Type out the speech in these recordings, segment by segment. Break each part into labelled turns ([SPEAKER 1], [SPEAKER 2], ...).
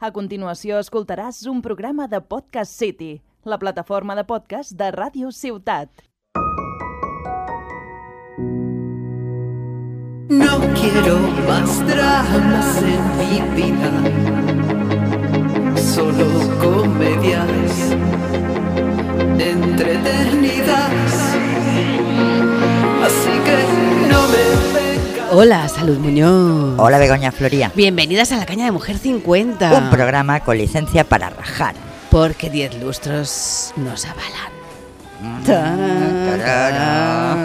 [SPEAKER 1] A continuació escoltaràs un programa de Podcast City, la plataforma de podcast de Ràdio Ciutat.
[SPEAKER 2] No quiero más dramas en mi vida, solo comedias entretenidas. Así que no me vengas.
[SPEAKER 3] Hola, Salud Muñoz.
[SPEAKER 4] Hola Begoña Floría.
[SPEAKER 3] Bienvenidas a la caña de Mujer 50.
[SPEAKER 4] Un programa con licencia para rajar.
[SPEAKER 3] Porque 10 lustros nos avalan.
[SPEAKER 4] Mm, Tarara.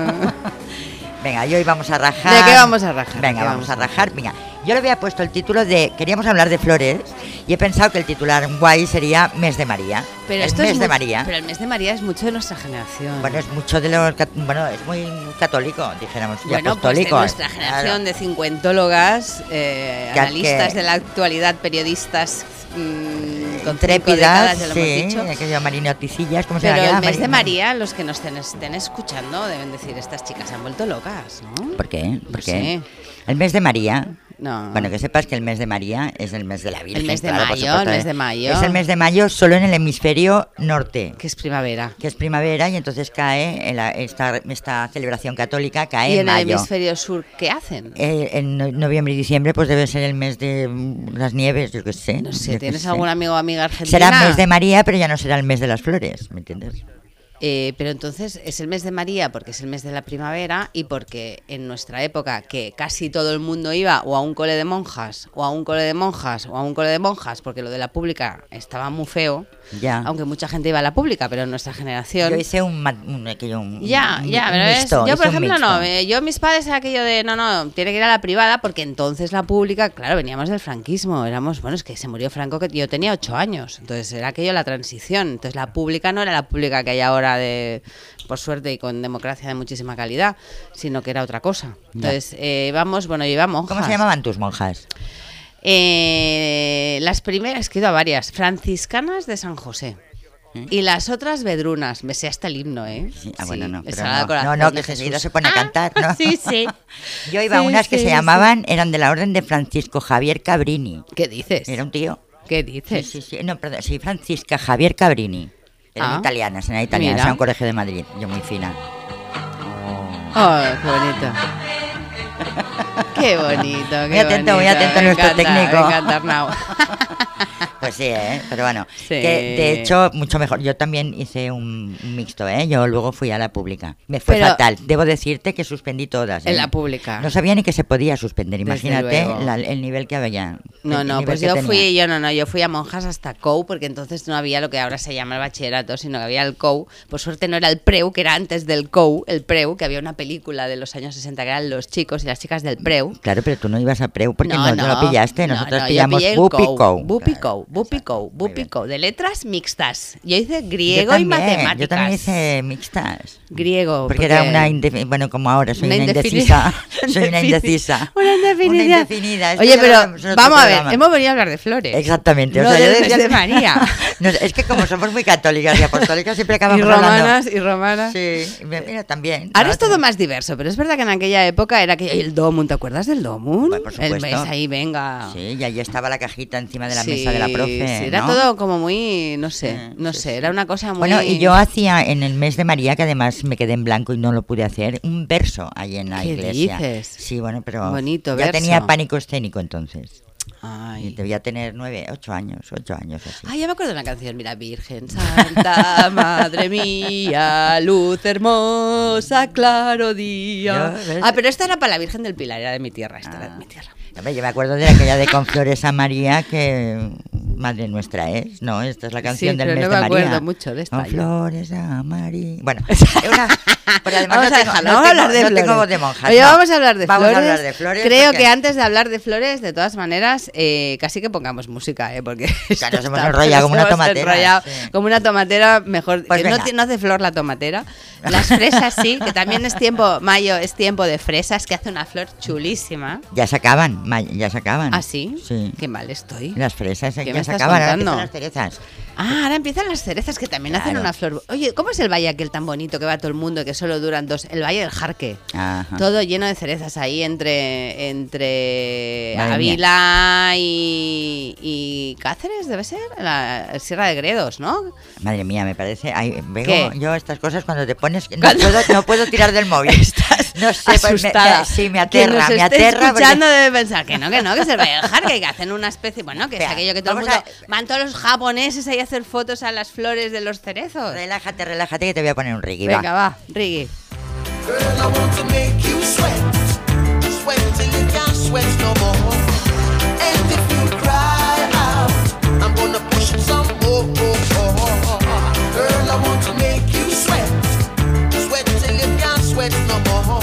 [SPEAKER 4] Venga, y hoy vamos a rajar.
[SPEAKER 3] ¿De qué vamos a rajar? ¿De
[SPEAKER 4] Venga,
[SPEAKER 3] qué
[SPEAKER 4] vamos a rajar. Venga, yo le había puesto el título de. Queríamos hablar de flores y he pensado que el titular guay sería Mes de María. el
[SPEAKER 3] esto es
[SPEAKER 4] Mes de
[SPEAKER 3] mu-
[SPEAKER 4] María.
[SPEAKER 3] Pero el mes de María es mucho de nuestra generación.
[SPEAKER 4] Bueno, es mucho de los. cat- Bueno, es muy católico, dijéramos. Y
[SPEAKER 3] Bueno, pues de
[SPEAKER 4] apostólico.
[SPEAKER 3] nuestra
[SPEAKER 4] claro.
[SPEAKER 3] generación de cincuentólogas, eh,
[SPEAKER 4] Que-
[SPEAKER 3] analistas
[SPEAKER 4] que-
[SPEAKER 3] de la actualidad, periodistas mm, con cinco
[SPEAKER 4] Intrépidas,
[SPEAKER 3] décadas, ya lo
[SPEAKER 4] sí,
[SPEAKER 3] hemos dicho.
[SPEAKER 4] aquello Marina Tisillas, ¿cómo se
[SPEAKER 3] Pero
[SPEAKER 4] llama?
[SPEAKER 3] el mes de María, los que nos estén, estén escuchando deben decir, estas chicas se han vuelto locas, ¿no?
[SPEAKER 4] ¿Por qué? ¿Por
[SPEAKER 3] No
[SPEAKER 4] qué?
[SPEAKER 3] sé.
[SPEAKER 4] El mes de María.
[SPEAKER 3] No.
[SPEAKER 4] Bueno, que sepas que el mes de María es el mes de la Virgen.
[SPEAKER 3] mes de
[SPEAKER 4] claro, por
[SPEAKER 3] mayo,
[SPEAKER 4] supuesto,
[SPEAKER 3] el mes
[SPEAKER 4] ¿eh?
[SPEAKER 3] de mayo.
[SPEAKER 4] Es el mes de mayo solo en el hemisferio norte,
[SPEAKER 3] Que es primavera.
[SPEAKER 4] que es primavera y entonces cae, en la- esta, esta celebración católica cae
[SPEAKER 3] ¿Y
[SPEAKER 4] en,
[SPEAKER 3] en el
[SPEAKER 4] mayo.
[SPEAKER 3] hemisferio sur qué hacen?
[SPEAKER 4] Eh, en no- noviembre y diciembre pues debe ser el mes de mm, las nieves, yo qué sé.
[SPEAKER 3] No
[SPEAKER 4] yo
[SPEAKER 3] sé,
[SPEAKER 4] qué
[SPEAKER 3] ¿tienes
[SPEAKER 4] sé.
[SPEAKER 3] algún amigo o amiga argentina?
[SPEAKER 4] Será el mes de María, pero ya no será el mes de las flores, ¿me entiendes?
[SPEAKER 3] Eh, pero entonces es el mes de María porque es el mes de la primavera y porque en nuestra época que casi todo el mundo iba o a un cole de monjas o a un cole de monjas o a un cole de monjas porque lo de la pública estaba muy feo,
[SPEAKER 4] Ya.
[SPEAKER 3] aunque mucha gente iba a la pública, pero en nuestra generación...
[SPEAKER 4] Yo hice un, ma- un- aquello, un-
[SPEAKER 3] Ya,
[SPEAKER 4] un-
[SPEAKER 3] ya,
[SPEAKER 4] un
[SPEAKER 3] pero es-
[SPEAKER 4] mixto,
[SPEAKER 3] yo por
[SPEAKER 4] hice un
[SPEAKER 3] ejemplo no,
[SPEAKER 4] mixto.
[SPEAKER 3] eh, yo mis padres era aquello de no, no, tiene que ir a la privada porque entonces la pública, claro, veníamos del franquismo, éramos, bueno, es que se murió Franco que yo tenía ocho años, entonces era aquello la transición, entonces la pública no era la pública que hay ahora de, por suerte y con democracia de muchísima calidad, sino que era otra cosa. Entonces eh, íbamos, bueno, llevamos
[SPEAKER 4] ¿Cómo se llamaban tus monjas?
[SPEAKER 3] eh, las primeras, que he ido a varias, franciscanas de San José. Y las otras vedrunas, me sé hasta el himno, ¿eh?
[SPEAKER 4] ¿Eh? Sí, ah, bueno, no,
[SPEAKER 3] el
[SPEAKER 4] pero
[SPEAKER 3] Sagrado
[SPEAKER 4] no.
[SPEAKER 3] Corazón
[SPEAKER 4] No, no,
[SPEAKER 3] de
[SPEAKER 4] que
[SPEAKER 3] Jesús.
[SPEAKER 4] enseguida se pone a cantar, ¿no?
[SPEAKER 3] Sí, sí.
[SPEAKER 4] Yo iba a
[SPEAKER 3] Sí,
[SPEAKER 4] unas que
[SPEAKER 3] sí,
[SPEAKER 4] se
[SPEAKER 3] sí.
[SPEAKER 4] llamaban, eran de la orden de Francisco Javier Cabrini.
[SPEAKER 3] ¿Qué dices?
[SPEAKER 4] Era un tío.
[SPEAKER 3] ¿Qué
[SPEAKER 4] Sí,
[SPEAKER 3] dices?
[SPEAKER 4] sí, sí. No, perdón, sí, Francisca Javier Cabrini. Eran
[SPEAKER 3] Ah.
[SPEAKER 4] italianas, eran italianas,
[SPEAKER 3] Mira.
[SPEAKER 4] era un colegio de Madrid. Yo muy fina.
[SPEAKER 3] Oh, qué bonito. Qué bonito, qué
[SPEAKER 4] Muy atento, muy
[SPEAKER 3] bonito.
[SPEAKER 4] atento
[SPEAKER 3] Me
[SPEAKER 4] nuestro
[SPEAKER 3] encanta, Me
[SPEAKER 4] técnico.
[SPEAKER 3] encanta Arnau.
[SPEAKER 4] Pues sí, ¿eh? Pero bueno,
[SPEAKER 3] Sí.
[SPEAKER 4] que de hecho, mucho mejor. Yo también hice un un mixto, ¿eh? Yo luego fui a la pública. Me fue
[SPEAKER 3] Pero-
[SPEAKER 4] fatal. Debo decirte que suspendí todas. ¿eh?
[SPEAKER 3] En la pública.
[SPEAKER 4] No sabía ni que se podía suspender.
[SPEAKER 3] Desde
[SPEAKER 4] Imagínate
[SPEAKER 3] luego.
[SPEAKER 4] la- el nivel que había.
[SPEAKER 3] No,
[SPEAKER 4] el
[SPEAKER 3] no,
[SPEAKER 4] nivel
[SPEAKER 3] pues
[SPEAKER 4] que
[SPEAKER 3] yo
[SPEAKER 4] tenía.
[SPEAKER 3] fui, yo no, no, yo fui a monjas hasta COU, porque entonces no había lo que ahora se llama el bachillerato, sino que había el COU. Por suerte no era el PREU, que era antes del COU, el PREU, que había una película de los años 60 que eran los chicos y las chicas del PREU.
[SPEAKER 4] Claro, pero tú no ibas a Preu porque no, no lo pillaste.
[SPEAKER 3] no,
[SPEAKER 4] Nosotros
[SPEAKER 3] no, yo
[SPEAKER 4] pillamos
[SPEAKER 3] pillé el
[SPEAKER 4] Bupico.
[SPEAKER 3] COU, Bupico,
[SPEAKER 4] Claro,
[SPEAKER 3] Bupico,
[SPEAKER 4] exacto, muy bien.
[SPEAKER 3] Bupico, de letras mixtas. Yo hice
[SPEAKER 4] Yo
[SPEAKER 3] griego
[SPEAKER 4] también,
[SPEAKER 3] y matemáticas.
[SPEAKER 4] Yo también hice mixtas.
[SPEAKER 3] Griego,
[SPEAKER 4] Porque, era una indefinida. Bueno, como ahora, soy una,
[SPEAKER 3] Una
[SPEAKER 4] indecisa.
[SPEAKER 3] indefini-
[SPEAKER 4] soy una indecisa.
[SPEAKER 3] Una indefinida.
[SPEAKER 4] Una indefinida. Esto
[SPEAKER 3] Oye,
[SPEAKER 4] ya lo hablamos en
[SPEAKER 3] pero
[SPEAKER 4] otro
[SPEAKER 3] vamos a
[SPEAKER 4] programa.
[SPEAKER 3] ver, hemos venido a hablar de flores.
[SPEAKER 4] Exactamente.
[SPEAKER 3] No
[SPEAKER 4] o sea, yo
[SPEAKER 3] del mes
[SPEAKER 4] decía-
[SPEAKER 3] de María.
[SPEAKER 4] No, es que como somos muy católicas y apostólicas, siempre acabamos
[SPEAKER 3] y romanas,
[SPEAKER 4] hablando.
[SPEAKER 3] y romanas.
[SPEAKER 4] Sí, me- mira, también.
[SPEAKER 3] Ahora
[SPEAKER 4] ¿no?
[SPEAKER 3] es todo más diverso, pero es verdad que en aquella época era que el Domun, ¿te acuerdas del Domun?
[SPEAKER 4] Bueno, por
[SPEAKER 3] el mes
[SPEAKER 4] supuesto.
[SPEAKER 3] ahí, venga.
[SPEAKER 4] Sí, y ahí estaba la cajita encima de la
[SPEAKER 3] Sí,
[SPEAKER 4] mesa de la profe.
[SPEAKER 3] sí, era
[SPEAKER 4] ¿no?
[SPEAKER 3] todo como muy, no sé,
[SPEAKER 4] Sí,
[SPEAKER 3] no
[SPEAKER 4] sí,
[SPEAKER 3] sé,
[SPEAKER 4] sí.
[SPEAKER 3] era una cosa muy...
[SPEAKER 4] Bueno, y yo hacía en el mes de María, que además me quedé en blanco y no lo pude hacer, un verso ahí en la
[SPEAKER 3] ¿Qué
[SPEAKER 4] iglesia.
[SPEAKER 3] dices?
[SPEAKER 4] Sí, bueno, pero
[SPEAKER 3] Bonito
[SPEAKER 4] ya
[SPEAKER 3] verso.
[SPEAKER 4] tenía pánico escénico entonces. Y
[SPEAKER 3] Ay.
[SPEAKER 4] debía tener nueve, ocho años, ocho años así.
[SPEAKER 3] Ay, ya me acuerdo de una canción, mira, Virgen Santa, Madre mía, luz hermosa, claro día.
[SPEAKER 4] Yo, ¿ves?
[SPEAKER 3] Ah, pero esta era para la Virgen del Pilar, era de mi tierra, esta era de
[SPEAKER 4] Ah.
[SPEAKER 3] mi tierra.
[SPEAKER 4] Hombre, Yo me acuerdo de aquella de Con Flores a María que Madre Nuestra es, ¿no? Esta es la canción
[SPEAKER 3] Sí,
[SPEAKER 4] del
[SPEAKER 3] pero
[SPEAKER 4] mes
[SPEAKER 3] no
[SPEAKER 4] de
[SPEAKER 3] me
[SPEAKER 4] María.
[SPEAKER 3] acuerdo mucho de esta,
[SPEAKER 4] Con
[SPEAKER 3] yo.
[SPEAKER 4] Flores a María. Bueno, es una... Porque además
[SPEAKER 3] Vamos
[SPEAKER 4] no
[SPEAKER 3] a
[SPEAKER 4] tengo,
[SPEAKER 3] dejarlo,
[SPEAKER 4] no
[SPEAKER 3] vamos a
[SPEAKER 4] tengo-
[SPEAKER 3] hablar de
[SPEAKER 4] no
[SPEAKER 3] flores.
[SPEAKER 4] tengo voz de monja.
[SPEAKER 3] Oye,
[SPEAKER 4] no.
[SPEAKER 3] vamos a hablar de
[SPEAKER 4] Vamos
[SPEAKER 3] flores.
[SPEAKER 4] a hablar de flores.
[SPEAKER 3] Creo
[SPEAKER 4] porque
[SPEAKER 3] que antes de hablar de flores, de todas maneras, eh, casi que pongamos música, ¿eh? Porque esto
[SPEAKER 4] nos hemos
[SPEAKER 3] está-
[SPEAKER 4] enrollado como
[SPEAKER 3] nos
[SPEAKER 4] una
[SPEAKER 3] hemos
[SPEAKER 4] tomatera,
[SPEAKER 3] enrollado
[SPEAKER 4] sí.
[SPEAKER 3] Como una tomatera, mejor.
[SPEAKER 4] Pues
[SPEAKER 3] que no,
[SPEAKER 4] venga.
[SPEAKER 3] ti- no hace flor la tomatera. Las fresas sí, que también es tiempo, mayo es tiempo de fresas, que hace una flor chulísima.
[SPEAKER 4] Ya se acaban, ma- ya se acaban.
[SPEAKER 3] ¿Ah, sí?
[SPEAKER 4] Sí.
[SPEAKER 3] Qué mal estoy.
[SPEAKER 4] Las fresas, eh,
[SPEAKER 3] ¿Qué
[SPEAKER 4] ya
[SPEAKER 3] me
[SPEAKER 4] se
[SPEAKER 3] estás
[SPEAKER 4] acaban. ahora
[SPEAKER 3] contando?
[SPEAKER 4] empiezan las cerezas.
[SPEAKER 3] Ah, ahora empiezan las cerezas que también hacen
[SPEAKER 4] Claro.
[SPEAKER 3] una flor. Oye, ¿cómo es el valle aquel tan bonito que va todo el mundo y que solo duran dos? El valle del Jarque.
[SPEAKER 4] Ajá.
[SPEAKER 3] Todo lleno de cerezas ahí entre entre
[SPEAKER 4] Madre mía.
[SPEAKER 3] Ávila y, y y Cáceres, debe ser, en la Sierra de Gredos, ¿no?
[SPEAKER 4] Madre mía, me parece. Ay, Bego,
[SPEAKER 3] ¿Qué?
[SPEAKER 4] yo estas cosas cuando te pones. No,
[SPEAKER 3] Cuando-
[SPEAKER 4] puedo, no puedo tirar del móvil. no sé, pues me-
[SPEAKER 3] asustada.
[SPEAKER 4] me- sí, me
[SPEAKER 3] Quien
[SPEAKER 4] aterra,
[SPEAKER 3] nos
[SPEAKER 4] me
[SPEAKER 3] esté
[SPEAKER 4] aterra. porque-
[SPEAKER 3] escuchando debe pensar que no, que no, que se va a dejar, que hay que hacen una especie, bueno, que es
[SPEAKER 4] Espera,
[SPEAKER 3] aquello que todo el mundo,
[SPEAKER 4] vamos a-
[SPEAKER 3] van todos los japoneses ahí a hacer fotos a las flores de los cerezos.
[SPEAKER 4] Relájate, relájate que te voy a poner un Ricky.
[SPEAKER 3] Venga,
[SPEAKER 4] va.
[SPEAKER 3] va, Ricky.
[SPEAKER 5] Girl, I want to make you sweat. Sweat till you can't sweat no more. And if you cry out, I'm gonna push some more. Girl, I want to make you sweat. Sweat till you can't sweat no more.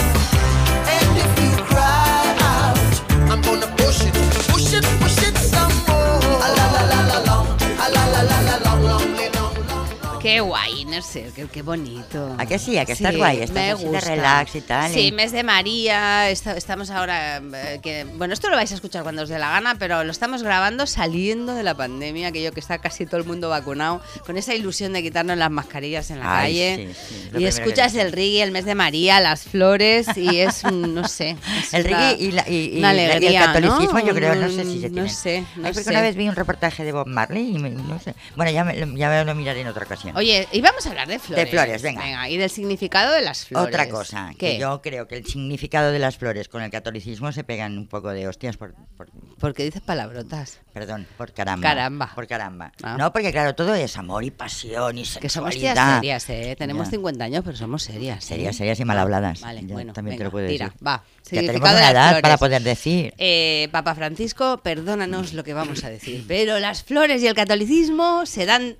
[SPEAKER 5] And if you cry out, I'm gonna push it, push it, push it some more. A la la la la long, a la la la la long, long, long, long.
[SPEAKER 3] Qué guay, Inner Circle, qué bonito.
[SPEAKER 4] ¿A que sí? ¿A que estás guay? Estás
[SPEAKER 3] me
[SPEAKER 4] así de
[SPEAKER 3] gusta.
[SPEAKER 4] relax y tal, ¿eh?
[SPEAKER 3] Sí,
[SPEAKER 4] y-
[SPEAKER 3] mes de María, esta- estamos ahora... eh, que- bueno, esto lo vais a escuchar cuando os dé la gana, pero lo estamos grabando saliendo de la pandemia, aquello que está casi todo el mundo vacunado, con esa ilusión de quitarnos las mascarillas en la
[SPEAKER 4] Ay,
[SPEAKER 3] calle.
[SPEAKER 4] sí, sí, lo
[SPEAKER 3] y
[SPEAKER 4] primero
[SPEAKER 3] escuchas
[SPEAKER 4] que-
[SPEAKER 3] el reggae, el mes de María, las flores, y es, mm, no sé... es
[SPEAKER 4] El
[SPEAKER 3] una-
[SPEAKER 4] reggae y, la- y- y
[SPEAKER 3] una
[SPEAKER 4] la- y el
[SPEAKER 3] alegría,
[SPEAKER 4] catolicismo,
[SPEAKER 3] ¿no? Mm,
[SPEAKER 4] yo creo, no sé si se
[SPEAKER 3] No
[SPEAKER 4] tienen.
[SPEAKER 3] sé, no
[SPEAKER 4] Ay, porque
[SPEAKER 3] sé.
[SPEAKER 4] una vez vi un reportaje de Bob Marley y me- no sé. Bueno, ya me, ya me lo miraré en otra ocasión.
[SPEAKER 3] Oye, y vamos a hablar de flores.
[SPEAKER 4] flores, venga.
[SPEAKER 3] Y del significado de las flores.
[SPEAKER 4] Otra cosa,
[SPEAKER 3] ¿Qué?
[SPEAKER 4] que yo creo que el significado de las flores con el catolicismo se pegan un poco de hostias por, por-
[SPEAKER 3] Porque dices palabrotas.
[SPEAKER 4] perdón, por caramba.
[SPEAKER 3] Caramba.
[SPEAKER 4] Por caramba.
[SPEAKER 3] Ah.
[SPEAKER 4] No, porque claro, todo es amor y pasión y sexualidad.
[SPEAKER 3] Que somos tías serias, ¿eh? Tenemos
[SPEAKER 4] Ya.
[SPEAKER 3] 50 años, pero somos serias. ¿eh?
[SPEAKER 4] Serias, serias y mal habladas.
[SPEAKER 3] Vale,
[SPEAKER 4] Ya,
[SPEAKER 3] bueno,
[SPEAKER 4] también te
[SPEAKER 3] venga,
[SPEAKER 4] lo puedo
[SPEAKER 3] tira,
[SPEAKER 4] decir.
[SPEAKER 3] va.
[SPEAKER 4] Ya tenemos
[SPEAKER 3] Significado de
[SPEAKER 4] una
[SPEAKER 3] las
[SPEAKER 4] edad para
[SPEAKER 3] flores.
[SPEAKER 4] poder decir.
[SPEAKER 3] Eh, Papa Francisco, perdónanos lo que vamos a decir, pero las flores y el catolicismo se dan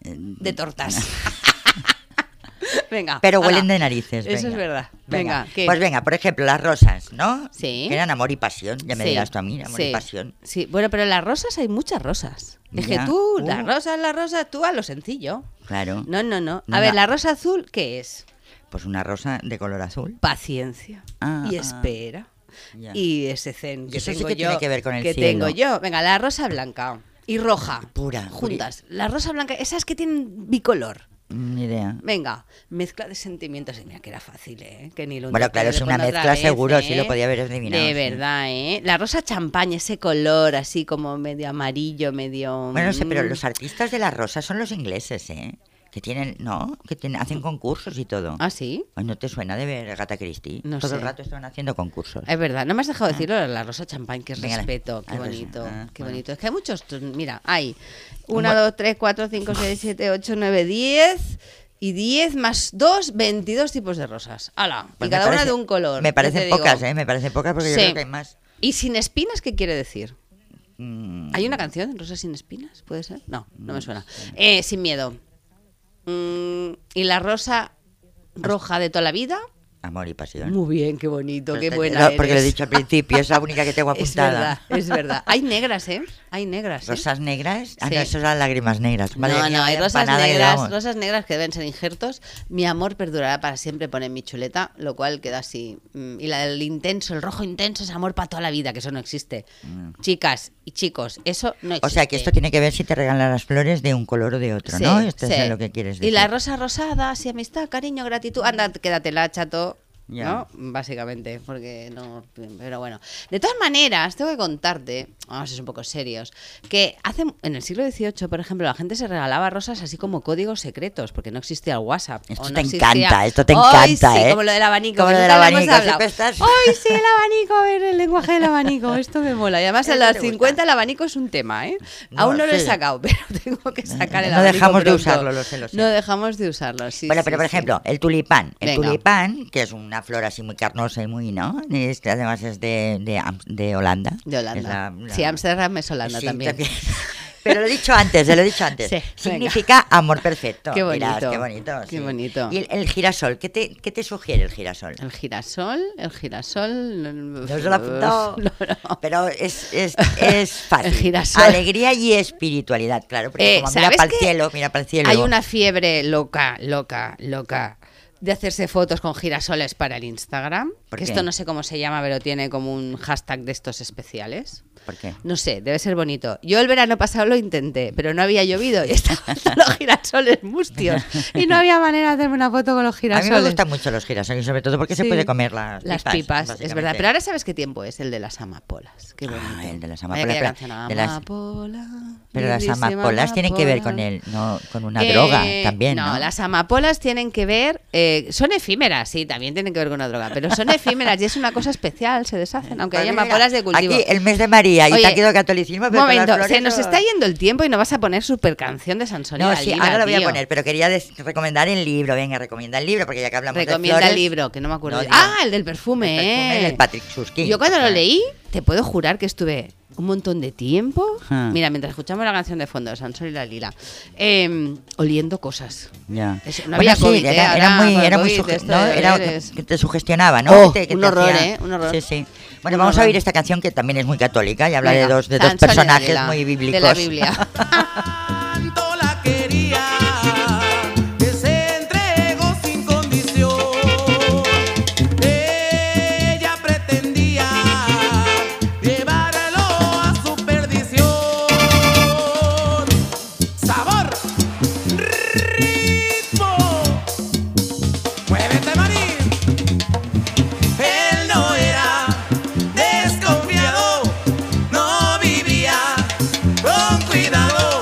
[SPEAKER 3] de tortas. venga.
[SPEAKER 4] eh, Pero huelen
[SPEAKER 3] hala.
[SPEAKER 4] de narices.
[SPEAKER 3] Eso
[SPEAKER 4] venga.
[SPEAKER 3] es verdad. Venga, ¿qué?
[SPEAKER 4] Pues venga, por ejemplo, las rosas, ¿no?
[SPEAKER 3] Sí.
[SPEAKER 4] Que eran amor y pasión. Ya me
[SPEAKER 3] Sí,
[SPEAKER 4] dirás tú a mí, amor
[SPEAKER 3] sí,
[SPEAKER 4] y pasión.
[SPEAKER 3] Sí, bueno, pero las rosas hay muchas rosas. Es que
[SPEAKER 4] Ya,
[SPEAKER 3] tú,
[SPEAKER 4] uh.
[SPEAKER 3] las rosas, las rosas, tú a lo sencillo.
[SPEAKER 4] Claro.
[SPEAKER 3] No, no, no. A
[SPEAKER 4] Nada.
[SPEAKER 3] ver, la rosa azul, ¿qué es?
[SPEAKER 4] Pues una rosa de color azul.
[SPEAKER 3] paciencia
[SPEAKER 4] Ah,
[SPEAKER 3] y
[SPEAKER 4] ah.
[SPEAKER 3] espera
[SPEAKER 4] Ya.
[SPEAKER 3] y ese zen que
[SPEAKER 4] Eso sí
[SPEAKER 3] tengo
[SPEAKER 4] que
[SPEAKER 3] yo
[SPEAKER 4] tiene que ver con el cielo.
[SPEAKER 3] tengo yo venga la rosa blanca y roja
[SPEAKER 4] Pura,
[SPEAKER 3] juntas la rosa blanca esas que tienen bicolor
[SPEAKER 4] Ni idea.
[SPEAKER 3] venga mezcla de sentimientos y mira que era fácil eh que ni lo
[SPEAKER 4] Bueno,
[SPEAKER 3] intenté,
[SPEAKER 4] claro,
[SPEAKER 3] le
[SPEAKER 4] es una
[SPEAKER 3] pongo otra
[SPEAKER 4] mezcla,
[SPEAKER 3] vez,
[SPEAKER 4] seguro, sí
[SPEAKER 3] ¿eh?
[SPEAKER 4] lo podía haber adivinado,
[SPEAKER 3] de
[SPEAKER 4] sí.
[SPEAKER 3] verdad eh la rosa champaña ese color así como medio amarillo medio
[SPEAKER 4] Bueno, no sé, pero
[SPEAKER 3] mm,
[SPEAKER 4] los artistas de las rosas son los ingleses, ¿eh? Que tienen, ¿no? Que tienen, hacen concursos y todo.
[SPEAKER 3] ah sí
[SPEAKER 4] Ay, ¿No te suena de ver Gata Christie?
[SPEAKER 3] No
[SPEAKER 4] todo
[SPEAKER 3] sé. Eh,
[SPEAKER 4] el rato estaban haciendo concursos.
[SPEAKER 3] Es verdad, no me has dejado decirlo, la rosa champán, que es
[SPEAKER 4] Ah. Venga, la-
[SPEAKER 3] respeto, qué
[SPEAKER 4] la rosa,
[SPEAKER 3] bonito,
[SPEAKER 4] ah,
[SPEAKER 3] qué
[SPEAKER 4] bueno.
[SPEAKER 3] bonito. Es que hay muchos, t- mira, hay 1, 2, 3, 4, 5, 6, 7, 8, 9, 10 y 10 más 2, 22 tipos de rosas. ¡Hala!
[SPEAKER 4] Pues
[SPEAKER 3] y
[SPEAKER 4] me
[SPEAKER 3] cada una
[SPEAKER 4] parece-
[SPEAKER 3] de un color.
[SPEAKER 4] Me
[SPEAKER 3] ya te
[SPEAKER 4] parecen
[SPEAKER 3] digo.
[SPEAKER 4] pocas, ¿eh? Me parecen pocas porque
[SPEAKER 3] Sí.
[SPEAKER 4] yo creo que hay más.
[SPEAKER 3] ¿Y sin espinas qué quiere decir?
[SPEAKER 4] mm,
[SPEAKER 3] ¿Hay una canción, Rosas sin espinas? ¿Puede ser? No, no me suena. Eh, sin miedo. Mm, ¿Y la rosa roja de toda la vida?
[SPEAKER 4] amor y pasión.
[SPEAKER 3] Muy bien, qué bonito,
[SPEAKER 4] Pero
[SPEAKER 3] qué
[SPEAKER 4] te-
[SPEAKER 3] buena
[SPEAKER 4] lo- Porque lo he
[SPEAKER 3] eres.
[SPEAKER 4] dicho al principio, es la única que tengo
[SPEAKER 3] Es
[SPEAKER 4] apuntada.
[SPEAKER 3] verdad, es verdad. Hay negras, ¿eh? Hay negras. ¿eh?
[SPEAKER 4] ¿Rosas negras? Ah,
[SPEAKER 3] Sí.
[SPEAKER 4] no, eso eran lágrimas negras. Madre
[SPEAKER 3] no,
[SPEAKER 4] mía,
[SPEAKER 3] no, hay
[SPEAKER 4] vaya
[SPEAKER 3] rosas
[SPEAKER 4] empanada que
[SPEAKER 3] negras,
[SPEAKER 4] damos.
[SPEAKER 3] rosas negras que deben ser injertos. Mi amor perdurará para siempre, pone en mi chuleta, lo cual queda así. Mm, Y la del intenso, el rojo intenso es amor para toda la vida, que eso no existe. Chicas y chicos, eso no existe.
[SPEAKER 4] Mm. O sea, que esto tiene que ver si te regalan las flores de un color o de otro,
[SPEAKER 3] Sí,
[SPEAKER 4] ¿no? Esto
[SPEAKER 3] sí.
[SPEAKER 4] es lo que quieres
[SPEAKER 3] Y
[SPEAKER 4] decir.
[SPEAKER 3] la rosa rosada, sí, amistad, cariño, gratitud. Anda, quédatela, chato.
[SPEAKER 4] Ya.
[SPEAKER 3] ¿No? Básicamente, porque no. Pero bueno. De todas maneras, tengo que contarte, vamos a ser un poco serios, que hace, en el siglo XVIII, por ejemplo, la gente se regalaba rosas así como códigos secretos, porque no existía el WhatsApp.
[SPEAKER 4] Esto
[SPEAKER 3] o no
[SPEAKER 4] te
[SPEAKER 3] existía-
[SPEAKER 4] encanta, esto te
[SPEAKER 3] Ay,
[SPEAKER 4] encanta,
[SPEAKER 3] sí,
[SPEAKER 4] ¿eh?
[SPEAKER 3] Como lo del abanico.
[SPEAKER 4] Como
[SPEAKER 3] que
[SPEAKER 4] lo del
[SPEAKER 3] nunca hemos
[SPEAKER 4] abanico,
[SPEAKER 3] hablado.
[SPEAKER 4] siempre estás-
[SPEAKER 3] Ay, sí, el abanico, a ver, el lenguaje del abanico. Esto me mola. Y además, a
[SPEAKER 4] Eso
[SPEAKER 3] las
[SPEAKER 4] te gusta.
[SPEAKER 3] 50 el abanico es un tema, ¿eh?
[SPEAKER 4] No,
[SPEAKER 3] Aún no lo he
[SPEAKER 4] sí.
[SPEAKER 3] sacado, pero tengo que sacar el
[SPEAKER 4] No
[SPEAKER 3] abanico
[SPEAKER 4] dejamos de
[SPEAKER 3] pronto.
[SPEAKER 4] usarlo, lo sé, lo sé.
[SPEAKER 3] No dejamos de usarlo, sí.
[SPEAKER 4] Bueno,
[SPEAKER 3] sí,
[SPEAKER 4] pero por
[SPEAKER 3] sí.
[SPEAKER 4] ejemplo, el tulipán. El
[SPEAKER 3] Venga.
[SPEAKER 4] tulipán, que es una flor así muy carnosa y muy, ¿no? Es que además es de, de, Am- de Holanda.
[SPEAKER 3] De Holanda.
[SPEAKER 4] Es la- la-
[SPEAKER 3] Sí, Amsterdam es Holanda
[SPEAKER 4] Sí,
[SPEAKER 3] también.
[SPEAKER 4] Pero lo he dicho antes, se lo he dicho antes.
[SPEAKER 3] Sí, venga.
[SPEAKER 4] Significa amor perfecto.
[SPEAKER 3] Qué
[SPEAKER 4] Mirad,
[SPEAKER 3] bonito.
[SPEAKER 4] qué bonito.
[SPEAKER 3] Qué
[SPEAKER 4] sí.
[SPEAKER 3] bonito.
[SPEAKER 4] ¿Y el, el girasol? ¿Qué te, ¿Qué te sugiere el girasol?
[SPEAKER 3] El girasol, el girasol.
[SPEAKER 4] No se lo ha apuntado.
[SPEAKER 3] No, no.
[SPEAKER 4] Pero es, es, es fácil.
[SPEAKER 3] El girasol.
[SPEAKER 4] Alegría y espiritualidad, claro. Porque
[SPEAKER 3] Eh,
[SPEAKER 4] como mira
[SPEAKER 3] ¿sabes
[SPEAKER 4] para el
[SPEAKER 3] qué?
[SPEAKER 4] cielo, mira para el cielo.
[SPEAKER 3] Hay una fiebre loca, loca, loca de hacerse fotos con girasoles para el Instagram.
[SPEAKER 4] ¿Por
[SPEAKER 3] Que
[SPEAKER 4] qué?
[SPEAKER 3] esto no sé cómo se llama, pero tiene como un hashtag de estos especiales.
[SPEAKER 4] ¿Por qué?
[SPEAKER 3] No sé, debe ser bonito. Yo el verano pasado lo intenté, pero no había llovido y estaban todos los girasoles mustios. Y no había manera de hacerme una foto con los
[SPEAKER 4] A
[SPEAKER 3] girasoles.
[SPEAKER 4] mí me gustan mucho los girasoles, sobre todo porque se
[SPEAKER 3] Sí.
[SPEAKER 4] puede comer las,
[SPEAKER 3] Las pipas, es verdad.
[SPEAKER 4] básicamente.
[SPEAKER 3] Pero ahora sabes qué tiempo es, el de las amapolas. Qué
[SPEAKER 4] Ah,
[SPEAKER 3] bonito.
[SPEAKER 4] el de las
[SPEAKER 3] Vaya
[SPEAKER 4] amapolas,
[SPEAKER 3] aquella
[SPEAKER 4] pero
[SPEAKER 3] canción,
[SPEAKER 4] de las-
[SPEAKER 3] amapola.
[SPEAKER 4] Pero las
[SPEAKER 3] Lindísima
[SPEAKER 4] amapolas tienen que ver con
[SPEAKER 3] amapola.
[SPEAKER 4] él, no con una
[SPEAKER 3] Eh,
[SPEAKER 4] droga también, ¿no?
[SPEAKER 3] No, las amapolas tienen que ver, eh, son efímeras, sí, también tienen que ver con una droga, pero son efímeras y es una cosa especial, se deshacen, aunque
[SPEAKER 4] Pues
[SPEAKER 3] hay
[SPEAKER 4] mira,
[SPEAKER 3] amapolas de cultivo.
[SPEAKER 4] Aquí el mes de María y
[SPEAKER 3] Oye,
[SPEAKER 4] te ha quedado catolicismo,
[SPEAKER 3] Un
[SPEAKER 4] pero con las
[SPEAKER 3] momento,
[SPEAKER 4] flores
[SPEAKER 3] se nos
[SPEAKER 4] no.
[SPEAKER 3] está yendo el tiempo y no vas a poner super canción de Sansón y
[SPEAKER 4] No, sí,
[SPEAKER 3] Dalila,
[SPEAKER 4] ahora lo voy a
[SPEAKER 3] tío.
[SPEAKER 4] poner, pero quería des- recomendar el libro. Venga, recomienda el libro, porque ya que hablamos
[SPEAKER 3] Recomienda
[SPEAKER 4] de flores...
[SPEAKER 3] el libro, que no me acuerdo.
[SPEAKER 4] No, digo,
[SPEAKER 3] ah, el del perfume,
[SPEAKER 4] el perfume
[SPEAKER 3] eh.
[SPEAKER 4] del Patrick Suskin.
[SPEAKER 3] Yo cuando
[SPEAKER 4] O
[SPEAKER 3] lo
[SPEAKER 4] sea,
[SPEAKER 3] leí, te puedo jurar que estuve un montón de tiempo.
[SPEAKER 4] Ah.
[SPEAKER 3] Mira, mientras escuchamos la canción de fondo de Sansón y Dalila, eh, oliendo cosas.
[SPEAKER 4] Ya.
[SPEAKER 3] Eso, no
[SPEAKER 4] Bueno,
[SPEAKER 3] había COVID,
[SPEAKER 4] era,
[SPEAKER 3] ¿eh?
[SPEAKER 4] era
[SPEAKER 3] Ahora
[SPEAKER 4] muy,
[SPEAKER 3] con el
[SPEAKER 4] era muy
[SPEAKER 3] COVID,
[SPEAKER 4] suge-
[SPEAKER 3] esto
[SPEAKER 4] no,
[SPEAKER 3] de
[SPEAKER 4] era
[SPEAKER 3] leer
[SPEAKER 4] que te sugestionaba, ¿no?
[SPEAKER 3] Oh,
[SPEAKER 4] Que te- que
[SPEAKER 3] un
[SPEAKER 4] te
[SPEAKER 3] horror, ¿eh? Un horror.
[SPEAKER 4] Sí, sí. Bueno,
[SPEAKER 3] Un
[SPEAKER 4] vamos a
[SPEAKER 3] horror.
[SPEAKER 4] oír esta canción que también es muy católica y habla de
[SPEAKER 3] Venga,
[SPEAKER 4] dos, de dos
[SPEAKER 3] Sansón y
[SPEAKER 4] personajes
[SPEAKER 3] Dalila,
[SPEAKER 4] muy
[SPEAKER 3] De
[SPEAKER 4] bíblicos.
[SPEAKER 3] la Biblia.
[SPEAKER 5] Tanto la quería que se entregó sin condición. Ella pretendía llevarlo a su perdición. Sabor, ritmo, muévete marín. Él no era desconfiado, no vivía con cuidado,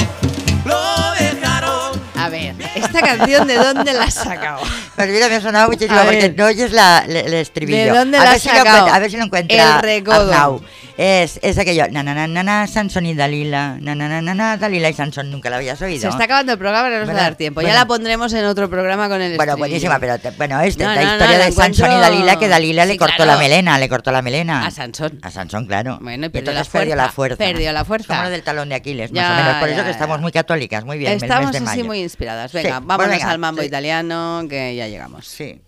[SPEAKER 5] lo dejaron.
[SPEAKER 3] A ver, ¿esta canción de dónde la has sacado?
[SPEAKER 4] Pues mira, me ha sonado muchísimo
[SPEAKER 3] A
[SPEAKER 4] porque
[SPEAKER 3] ver.
[SPEAKER 4] no oyes la, le- el estribillo.
[SPEAKER 3] ¿De dónde
[SPEAKER 4] a
[SPEAKER 3] la
[SPEAKER 4] ver
[SPEAKER 3] has
[SPEAKER 4] si lo
[SPEAKER 3] sacado?
[SPEAKER 4] encuentra- a ver si lo encuentra
[SPEAKER 3] El recodo.
[SPEAKER 4] Arnau. Es, es aquello, na na na na na, Sansón y Dalila, na na na na na, Dalila y Sansón, nunca la habías oído.
[SPEAKER 3] Se está acabando el programa, no nos va a
[SPEAKER 4] ¿Verdad?
[SPEAKER 3] dar tiempo. Ya
[SPEAKER 4] Bueno.
[SPEAKER 3] la pondremos en otro programa con el
[SPEAKER 4] bueno,
[SPEAKER 3] estribillo.
[SPEAKER 4] buenísima, pero te- bueno, es
[SPEAKER 3] No,
[SPEAKER 4] la
[SPEAKER 3] no,
[SPEAKER 4] historia
[SPEAKER 3] no, la
[SPEAKER 4] de Sansón y
[SPEAKER 3] encuentro-
[SPEAKER 4] Dalila que Dalila le
[SPEAKER 3] Sí,
[SPEAKER 4] cortó
[SPEAKER 3] claro.
[SPEAKER 4] la melena, le cortó la melena.
[SPEAKER 3] A Sansón.
[SPEAKER 4] A Sansón, claro.
[SPEAKER 3] Bueno, y
[SPEAKER 4] y
[SPEAKER 3] perdió
[SPEAKER 4] entonces
[SPEAKER 3] la
[SPEAKER 4] perdió la
[SPEAKER 3] fuerza.
[SPEAKER 4] fuerza.
[SPEAKER 3] Perdió la fuerza.
[SPEAKER 4] Como lo del talón de Aquiles,
[SPEAKER 3] Ya,
[SPEAKER 4] más o menos. Por eso
[SPEAKER 3] ya,
[SPEAKER 4] que
[SPEAKER 3] ya.
[SPEAKER 4] estamos muy católicas, muy bien, el mes
[SPEAKER 3] Estamos
[SPEAKER 4] de
[SPEAKER 3] así
[SPEAKER 4] mayo.
[SPEAKER 3] muy inspiradas.
[SPEAKER 4] Sí,
[SPEAKER 3] Venga,
[SPEAKER 4] bueno,
[SPEAKER 3] vámonos
[SPEAKER 4] venga,
[SPEAKER 3] al mambo
[SPEAKER 4] sí.
[SPEAKER 3] italiano, que ya llegamos.
[SPEAKER 4] Sí.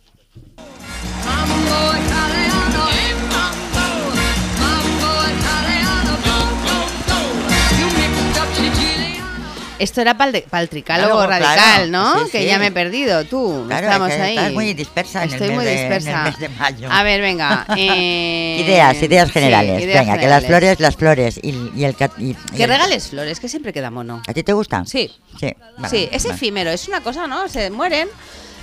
[SPEAKER 6] Mambo italiano, mambo, mambo italiano, go go go. You make me touch Siciliano.
[SPEAKER 3] Esto era para el, tricálogo
[SPEAKER 4] Claro, claro.
[SPEAKER 3] radical, ¿no?
[SPEAKER 4] Sí,
[SPEAKER 3] que
[SPEAKER 4] sí.
[SPEAKER 3] ya me he perdido, tú.
[SPEAKER 4] Claro,
[SPEAKER 3] Estamos
[SPEAKER 4] es que
[SPEAKER 3] ahí.
[SPEAKER 4] estás muy dispersa en el
[SPEAKER 3] Estoy
[SPEAKER 4] mes
[SPEAKER 3] muy
[SPEAKER 4] de- en el
[SPEAKER 3] dispersa.
[SPEAKER 4] mes de mayo.
[SPEAKER 3] A ver, venga. eh,
[SPEAKER 4] Ideas, ideas
[SPEAKER 3] sí,
[SPEAKER 4] generales.
[SPEAKER 3] ideas
[SPEAKER 4] Venga, que las
[SPEAKER 3] generales.
[SPEAKER 4] flores, las flores y, y el... cat- y- y
[SPEAKER 3] Que
[SPEAKER 4] el-
[SPEAKER 3] regales flores, que siempre queda mono.
[SPEAKER 4] ¿A ti te gusta?
[SPEAKER 3] Sí.
[SPEAKER 4] Sí, Eh, vale,
[SPEAKER 3] sí, es
[SPEAKER 4] vale.
[SPEAKER 3] efímero, es una cosa, ¿no? Se mueren.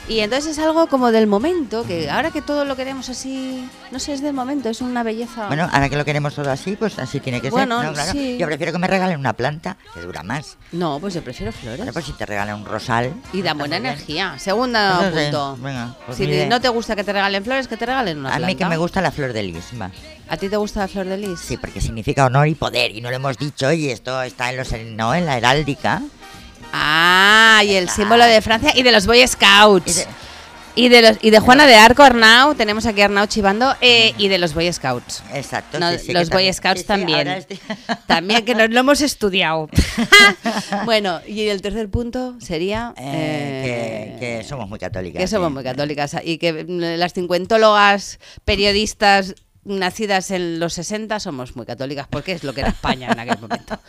[SPEAKER 3] Y entonces es algo como del momento,
[SPEAKER 4] Mm.
[SPEAKER 3] que ahora que todo lo queremos así, no sé, es del momento, es una belleza.
[SPEAKER 4] Bueno, ahora que lo queremos todo así, pues así tiene que
[SPEAKER 3] Ah. Bueno,
[SPEAKER 4] ser. ¿no? Claro.
[SPEAKER 3] sí.
[SPEAKER 4] Yo prefiero que me regalen una planta, que dura más.
[SPEAKER 3] no, pues yo prefiero flores.
[SPEAKER 4] Bueno, pues si te regalan un rosal. pues
[SPEAKER 3] y da
[SPEAKER 4] está
[SPEAKER 3] buena
[SPEAKER 4] muy bien.
[SPEAKER 3] energía. Segundo
[SPEAKER 4] Eso sí,
[SPEAKER 3] punto.
[SPEAKER 4] venga, pues
[SPEAKER 3] si
[SPEAKER 4] mi idea.
[SPEAKER 3] no te gusta que te regalen flores, que te regalen una
[SPEAKER 4] A mí que
[SPEAKER 3] planta.
[SPEAKER 4] me gusta la flor de lis, va.
[SPEAKER 3] ¿A ti te gusta la flor de lis?
[SPEAKER 4] Sí, porque significa honor y poder, y no lo hemos dicho, y esto está en los no en la heráldica.
[SPEAKER 3] Ah, y el símbolo de Francia y de los Boy
[SPEAKER 4] Y
[SPEAKER 3] Scouts.
[SPEAKER 4] de-
[SPEAKER 3] Y de, los, y de Juana de Arco, Arnau, tenemos aquí a Arnau chivando, eh, y de los Boy Scouts.
[SPEAKER 4] Exacto.
[SPEAKER 3] No,
[SPEAKER 4] Eh, sí, sí, que
[SPEAKER 3] los Boy
[SPEAKER 4] también-
[SPEAKER 3] Scouts
[SPEAKER 4] sí, sí,
[SPEAKER 3] también.
[SPEAKER 4] ahora estoy-
[SPEAKER 3] También que nos lo hemos estudiado. bueno, y el tercer punto sería...
[SPEAKER 4] Eh,
[SPEAKER 3] eh,
[SPEAKER 4] que, que somos muy católicas.
[SPEAKER 3] que somos
[SPEAKER 4] sí.
[SPEAKER 3] muy católicas y que mm, las cincuentólogas periodistas nacidas en los 60 somos muy católicas porque es lo que era España en aquel momento.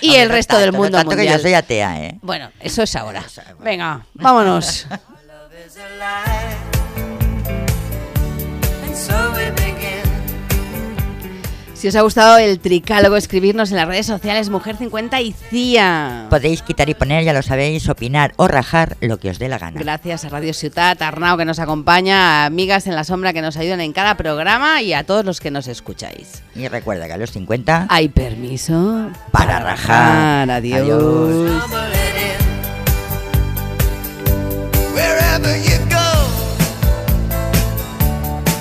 [SPEAKER 3] Y
[SPEAKER 4] Hombre,
[SPEAKER 3] el
[SPEAKER 4] no
[SPEAKER 3] resto del
[SPEAKER 4] tanto, no
[SPEAKER 3] mundo
[SPEAKER 4] tanto que
[SPEAKER 3] mundial.
[SPEAKER 4] yo soy atea, ¿eh?
[SPEAKER 3] Bueno, eso es ahora.
[SPEAKER 4] Eso es ahora.
[SPEAKER 3] Venga, vámonos.
[SPEAKER 2] Love is alive. And so we begin.
[SPEAKER 3] Si os ha gustado el tricálogo, escribirnos en las redes sociales Mujer50 y CIA.
[SPEAKER 4] Podéis quitar y poner, ya lo sabéis, opinar o rajar lo que os dé la gana.
[SPEAKER 3] Gracias a Radio Ciutat, a Arnau que nos acompaña, a Amigas en la Sombra que nos ayudan en cada programa y a todos los que nos escucháis.
[SPEAKER 4] y recuerda que a los 50
[SPEAKER 3] Hay permiso
[SPEAKER 4] para rajar.
[SPEAKER 3] Adiós.
[SPEAKER 4] Adiós.
[SPEAKER 2] Stumble it in.
[SPEAKER 5] Wherever you go,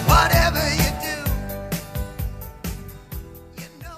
[SPEAKER 5] whatever you do, you know.